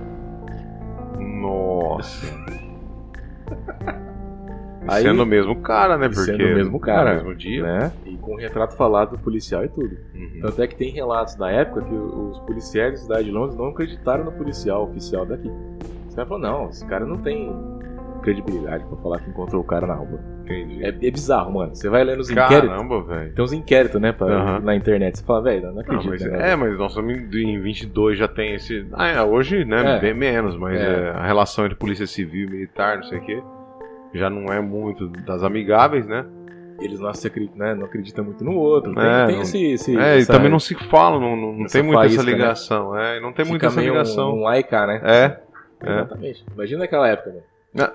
<laughs>
Nossa.
Aí-
sendo o mesmo cara, né? Porque
Sendo o mesmo cara,
No mesmo dia.
né? E com o retrato falado do policial e tudo.
Uhum.
Tanto é que tem relatos na época que os policiais da cidade de Londres não acreditaram no policial oficial daqui. Os caras falaram, não, esse cara não tem credibilidade pra falar que encontrou o cara na rua.
Entendi.
É, é bizarro, mano. Você vai lendo os inquéritos.
Caramba, velho.
Tem uns inquéritos, né, pra-
Aham.
na internet. Você fala, velho, não
Ah,
acredito.
mas
né,
é,
velho?"
mas nós estamos em 22 já tem esse. Ah, é, hoje, né?
É.
Bem menos, mas
É.
é, a relação entre polícia civil e militar, não sei o quê, já não é muito das amigáveis, né?
Eles não, se acreditam, né, não acreditam muito no outro. Tem,
É,
tem
não-
esse, esse-
é, e
essa-
também não se falam, não, não- não
essa
tem muito
faísca,
essa
né?
ligação. É, não tem muito
fica
essa
meio
ligação.
Um, um laicar, né?
É, É.
Exatamente. Imagina aquela época, mano.
É.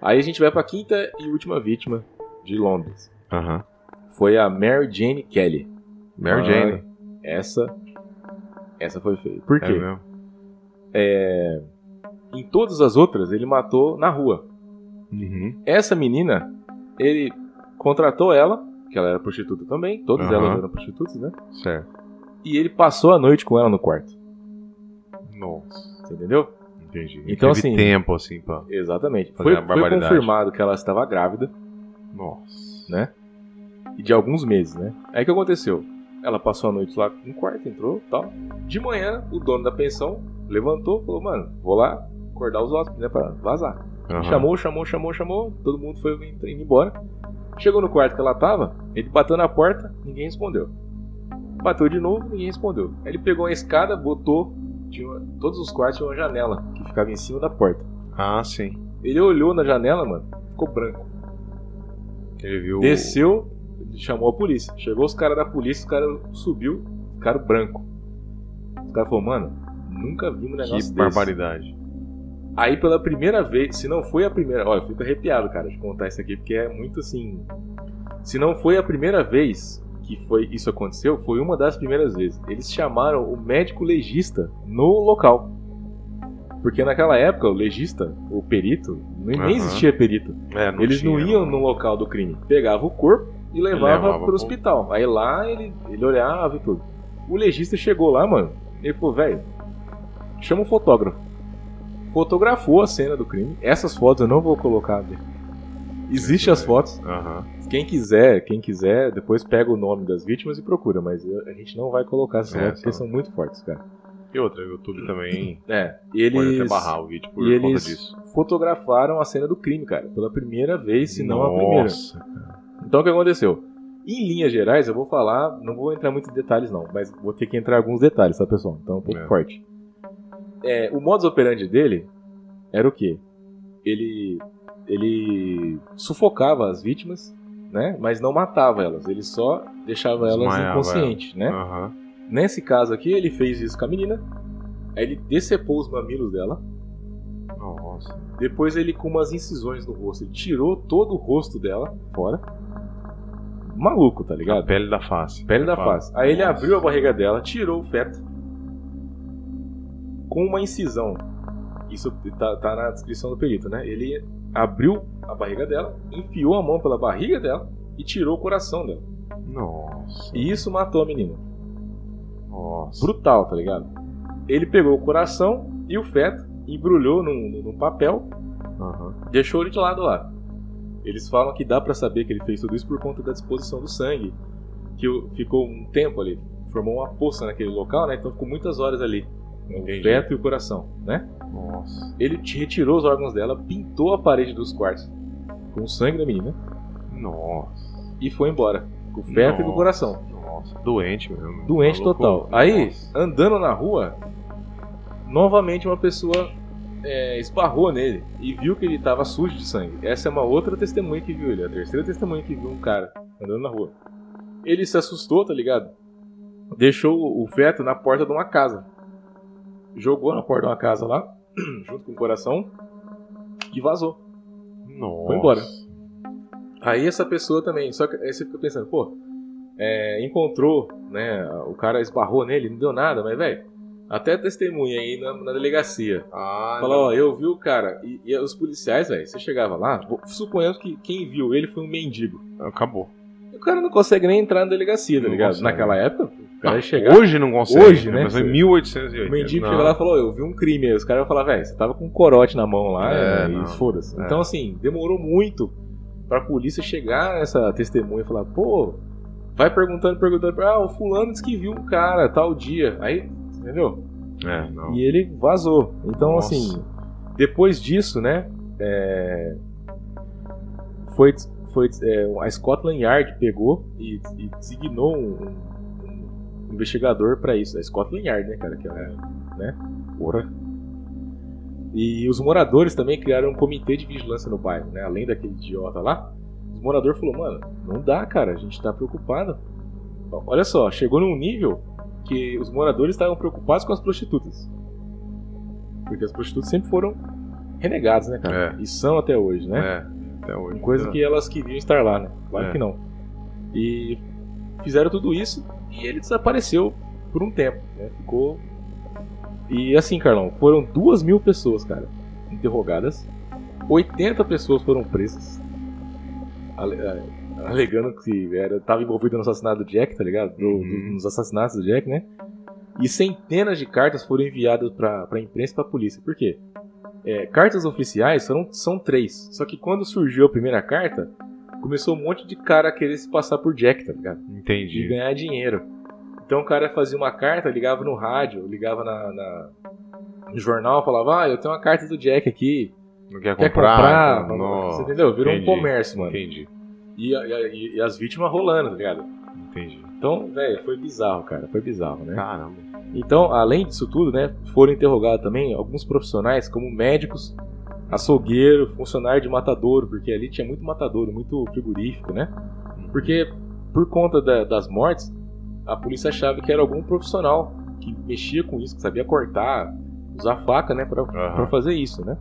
Aí a gente vai pra quinta e última vítima de Londres.
aham.
foi a Mary Jane Kelly.
Mary
Ah,
Jane.
Essa. Essa foi feia. Por
É
quê?
mesmo.
em todas as outras, ele matou na rua.
Uhum.
Essa menina, ele contratou ela, que ela era prostituta também, todas
Aham.
elas eram prostitutas, né?
Certo.
E ele passou a noite com ela no quarto.
Nossa.
Você entendeu?
Entendi.
Então,
Teve
assim-
tempo, assim, pra.
Exatamente.
Fazer
Foi,
uma
foi
barbaridade.
confirmado que ela estava grávida
Nossa.
e de alguns meses, né? Aí o que aconteceu? Ela passou a noite lá no quarto, entrou tal. De manhã, o dono da pensão levantou falou: Mano, vou lá acordar os hóspedes, né? Pra vazar.
Aham.
Chamou, chamou, chamou, chamou. Todo mundo foi indo indo embora. Chegou no quarto que ela tava, ele bateu na porta, ninguém respondeu. Bateu de novo, ninguém respondeu. Aí ele pegou a escada, botou. tinha uma- todos os quartos tinham uma janela que ficava em cima da porta.
Ah, sim.
Ele olhou na janela, mano, ficou branco.
Ele viu.
Desceu, chamou a polícia. Chegou os caras da polícia, os caras subiu, ficaram branco. Os caras falaram, mano, nunca vimos um
Que
negócio desse.
barbaridade.
Aí pela primeira vez, se não foi a primeira, olha, eu fico arrepiado, cara, de contar isso aqui, porque é muito assim. Se não foi a primeira vez que foi isso aconteceu, foi uma das primeiras vezes. Eles chamaram o médico legista no local. Porque naquela época o legista, o perito, nem nem
Aham.
existia perito.
É, não
Eles
tinha,
não iam no local do crime, pegava o corpo e levava,
levava
pro
pro-
hospital. Aí lá ele, ele olhava e tudo. O legista chegou lá, mano, ele falou, velho, chama um fotógrafo. Fotografou a cena do crime. Essas fotos eu não vou colocar. né? Existe as fotos.
Aham.
Quem quiser, quem quiser, depois pega o nome das vítimas e procura, mas eu- a gente não vai colocar essas
É,
fotos porque
tá.
são muito fortes, cara.
E outra, o YouTube também
É,
pode até
eles
barrar o vídeo por
e
conta
eles-
disso.
fotografaram a cena do crime, cara, pela primeira vez, se não a primeira.
Nossa,
Então o que aconteceu? Em linhas gerais, eu vou falar, não vou entrar muito em detalhes não, mas vou ter que entrar em alguns detalhes, tá pessoal? Então um pouco
É.
forte. É, o modus operandi dele era o quê? Ele, ele sufocava as vítimas, né? Mas não matava elas, ele só deixava elas
Desmaiava é.
inconscientes, né?
Aham.
Nesse caso aqui, ele fez isso com a menina, aí ele decepou os mamilos dela,
Nossa.
depois ele com umas incisões no rosto, ele tirou todo o rosto dela fora. Maluco, tá
A
ligado?
pele da face.
Pele da
Eu falo.
face. Aí ele
Nossa.
abriu a barriga dela, tirou o feto com uma incisão. Isso tá, tá na descrição do perito, né? Ele abriu a barriga dela, enfiou a mão pela barriga dela e tirou o coração dela.
Nossa.
E isso matou a menina.
Nossa.
Brutal, tá ligado? Ele pegou o coração e o feto, embrulhou num, num papel
Aham.
deixou ele de lado lá. Eles falam que dá pra saber que ele fez tudo isso por conta da disposição do sangue, que o- ficou um tempo ali, formou uma poça naquele local, né? Então ficou muitas horas ali, o
Entendi.
feto e o coração, né?
Nossa.
Ele te- retirou os órgãos dela, pintou a parede dos quartos com o sangue da menina
Nossa.
e foi embora, com o feto e com o
Nossa.
coração.
Nossa. Doente mesmo. Tá
Doente
Maluco.
total. Aí,
Nossa.
andando na rua, novamente uma pessoa é, esbarrou nele e viu que ele estava sujo de sangue. Essa é uma outra testemunha que viu ele, a terceira testemunha que viu um cara andando na rua. Ele se assustou, tá ligado? Deixou o feto na porta de uma casa. Jogou na porta de uma casa lá, <clears throat> junto com o coração, e vazou.
Nossa.
Foi embora. Aí essa pessoa também, só que aí você fica pensando, pô, é, encontrou, né? O cara esbarrou nele, não deu nada, mas velho, até testemunha aí na, na delegacia.
Ah,
Fala, ó, eu vi o cara. E, e os policiais, velho, você chegava lá, vo- suponhamos que quem viu ele foi um mendigo.
não. Acabou.
O cara não consegue nem entrar na delegacia, tá
Não
ligado?
consegue.
Naquela época, o cara ia
Ah,
chegar.
Hoje não consegue.
Hoje, né?
Mas foi em 1880.
O mendigo
Não.
chegou lá e falou: Eu vi um crime. Aí os caras vão falar: Velho, você tava com um corote na mão lá
É,
né,
não.
e foda-se.
É.
Então, assim, demorou muito pra polícia chegar nessa testemunha e falar: Pô, vai perguntando, perguntando. Ah, o fulano disse que viu um cara tal dia. Aí, entendeu?
É, não.
E ele vazou. Então,
Nossa.
assim, depois disso, né? é, Foi. foi é, a Scotland Yard pegou e, e designou um, um investigador pra isso. A Scotland Yard, né, cara? Que é, né? Ora. E os moradores também criaram um comitê de vigilância no bairro, né? Além daquele idiota lá. Os moradores falou, mano, não dá, cara, a gente tá preocupado. Ó, Olha só, chegou num nível que os moradores estavam preocupados com as prostitutas. Porque as prostitutas sempre foram renegadas, né, cara? E são até hoje, né?
É, até hoje. né?
Coisa que elas queriam estar lá, né? Claro
É.
que não. E fizeram tudo isso e ele desapareceu por um tempo, né? Ficou. E assim, Carlão, foram duas mil pessoas, cara, interrogadas. 80 pessoas foram presas. Ale- eh, Alegando que era, tava envolvido no assassinato do Jack, tá ligado? Do-
Uhum.
do- nos assassinatos do Jack, né? E centenas de cartas foram enviadas pra, pra imprensa e pra polícia. Por quê? É, cartas oficiais foram, são três. Só que quando surgiu a primeira carta, começou um monte de cara a querer se passar por Jack, tá ligado? de
Entendi.
ganhar dinheiro. Então o cara fazia uma carta, ligava no rádio, ligava na, na- no jornal, falava: Ah, eu tenho uma carta do Jack aqui,
Não quer
quer
comprar?
comprar?
Então,
Você
Nossa.
entendeu? Virou
entendi.
um comércio, mano.
Entendi.
E, a- e a- e- e as vítimas rolando, tá ligado?
Entendi.
Então, velho, foi bizarro, cara, foi bizarro, né?
Caramba.
Então, além disso tudo, né, foram interrogados também alguns profissionais, como médicos, açougueiro, funcionário de matadouro, porque ali tinha muito matadouro, muito frigorífico, né? Porque por conta da- das mortes, a polícia achava que era algum profissional que mexia com isso, que sabia cortar, usar faca, né, pra,
Aham.
pra fazer isso, né?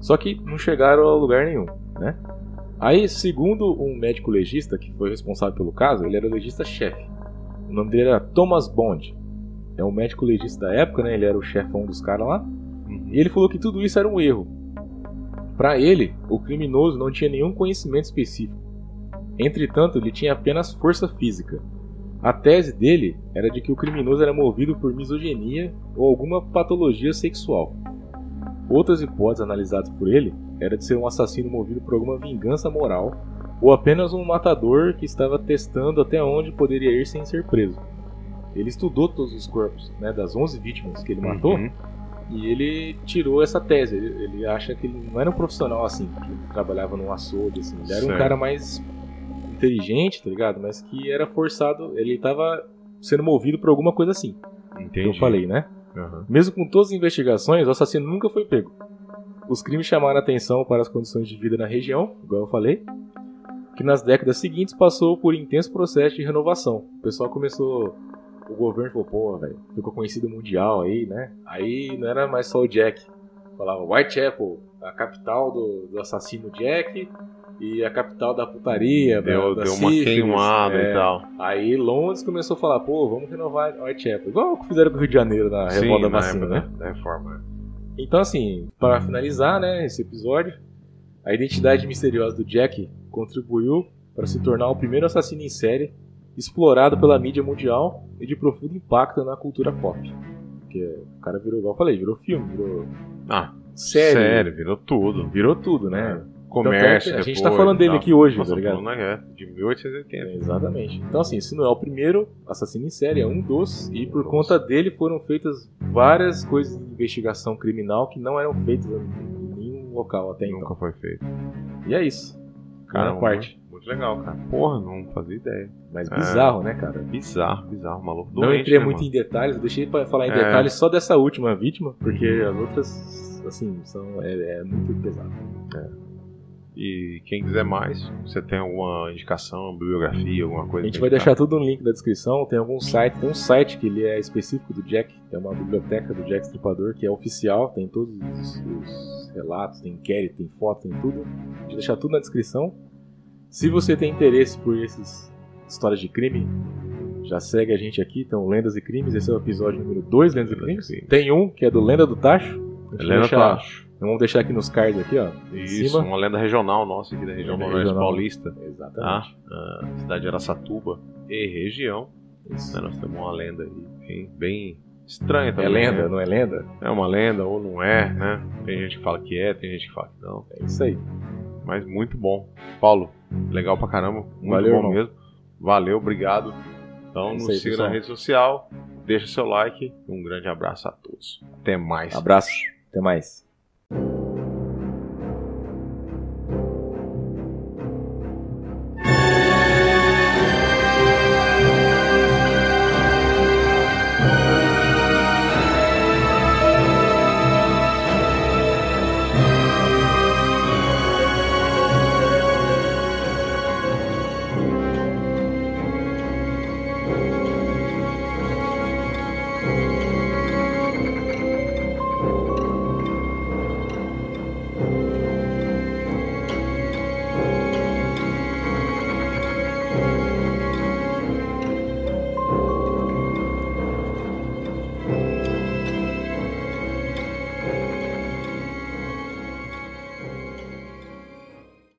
Só que não chegaram a lugar nenhum, né? Aí, segundo um médico legista que foi responsável pelo caso, ele era o legista-chefe. O nome dele era Thomas Bond. É um médico legista da época, né? Ele era o chefão dos caras lá.
Uhum.
E ele falou que tudo isso era um erro. Para ele, o criminoso não tinha nenhum conhecimento específico. Entretanto, ele tinha apenas força física. A tese dele era de que o criminoso era movido por misoginia ou alguma patologia sexual. Outras hipóteses analisadas por ele era de ser um assassino movido por alguma vingança moral ou apenas um matador que estava testando até onde poderia ir sem ser preso. Ele estudou todos os corpos né, das 11 vítimas que ele matou
Uhum.
e ele tirou essa tese. Ele, ele acha que ele não era um profissional assim, que ele trabalhava num açougue, assim. Ele era um
Certo.
cara mais inteligente, tá ligado? Mas que era forçado, ele estava sendo movido por alguma coisa assim, que
Entendi.
eu falei, né?
Aham.
Mesmo com todas as investigações, o assassino nunca foi pego. Os crimes chamaram atenção para as condições de vida na região, igual eu falei, que nas décadas seguintes passou por intenso processo de renovação. O pessoal começou. O governo falou, pô, velho, ficou conhecido mundial aí, né? Aí não era mais só o Jack. Falava Whitechapel, a capital do, do assassino Jack e a capital da putaria, da-
Deu,
da
deu uma
sífilis,
queimada
é,
e tal.
Aí Londres começou a falar, pô, vamos renovar Whitechapel. Igual o que fizeram com o Rio de Janeiro na revolta
Sim, na
da vacina,
época Uhum.
né?
da, da reforma.
Então, assim, para finalizar né, esse episódio, a identidade misteriosa do Jack contribuiu para
Uhum.
se tornar o primeiro assassino em série explorado pela mídia mundial e de profundo impacto na cultura pop. Porque o cara virou, igual eu falei, virou filme, virou
Ah,
série,
Sério, virou tudo.
virou tudo, né?
Comércio.
Tanto é que a gente
depois
tá falando
e
dele
tal.
aqui hoje,
Nossa,
tá ligado?
falando, né, De 1880.
Exatamente. Então, assim, se não é o primeiro assassino em série, é um dos, e por conta dele foram feitas várias coisas de investigação criminal que não eram feitas em nenhum local até então.
Nunca foi feito.
E é isso. Cara,
Caramba,
parte.
Muito legal, cara. Porra, não fazia ideia.
Mas
É.
bizarro, né, cara?
Bizarro, bizarro, maluco.
não
Doente,
entrei
né,
muito
mano?
em detalhes, eu deixei pra falar em
É.
detalhes só dessa última vítima, porque as outras, assim, são. É, é muito pesado.
E quem quiser mais, você tem alguma indicação, bibliografia, alguma coisa?
Hum, A gente
pra
vai
indicar?
deixar tudo no link da descrição, tem algum site, tem um site que ele é específico do Jack, é uma biblioteca do Jack Stripador, que é oficial, tem todos os, os relatos, tem inquérito, tem foto, tem tudo. A gente vai deixar tudo na descrição. Se você tem interesse por essas histórias de crime, já segue a gente aqui, então Lendas e Crimes, esse é o episódio número 2, Lendas e
Lendas e
Crimes.
Crimes.
Tem um, que é do Lenda do Tacho. A gente vai
Helena
deixar-
Tacho.
Vamos deixar aqui nos cards aqui, ó. em
Isso,
cima.
uma lenda regional nossa aqui da região
Lenda
noroeste
regional.
paulista, tá?
Exatamente.
Ah, cidade de Araçatuba e região.
Isso.
Né, Nós temos uma lenda aí bem, bem estranha também.
É lenda,
né?
não é lenda?
É uma lenda ou não é, né? Tem gente que fala que é, tem gente que fala que não.
É isso aí.
Mas muito bom. Paulo, legal pra caramba. Muito
Hum. Valeu,
bom
irmão.
mesmo. Valeu, obrigado. Então
É isso
nos
aí,
siga
pessoal.
na rede social, deixa seu like. Um grande abraço a todos. Até mais.
Abraço. Até mais.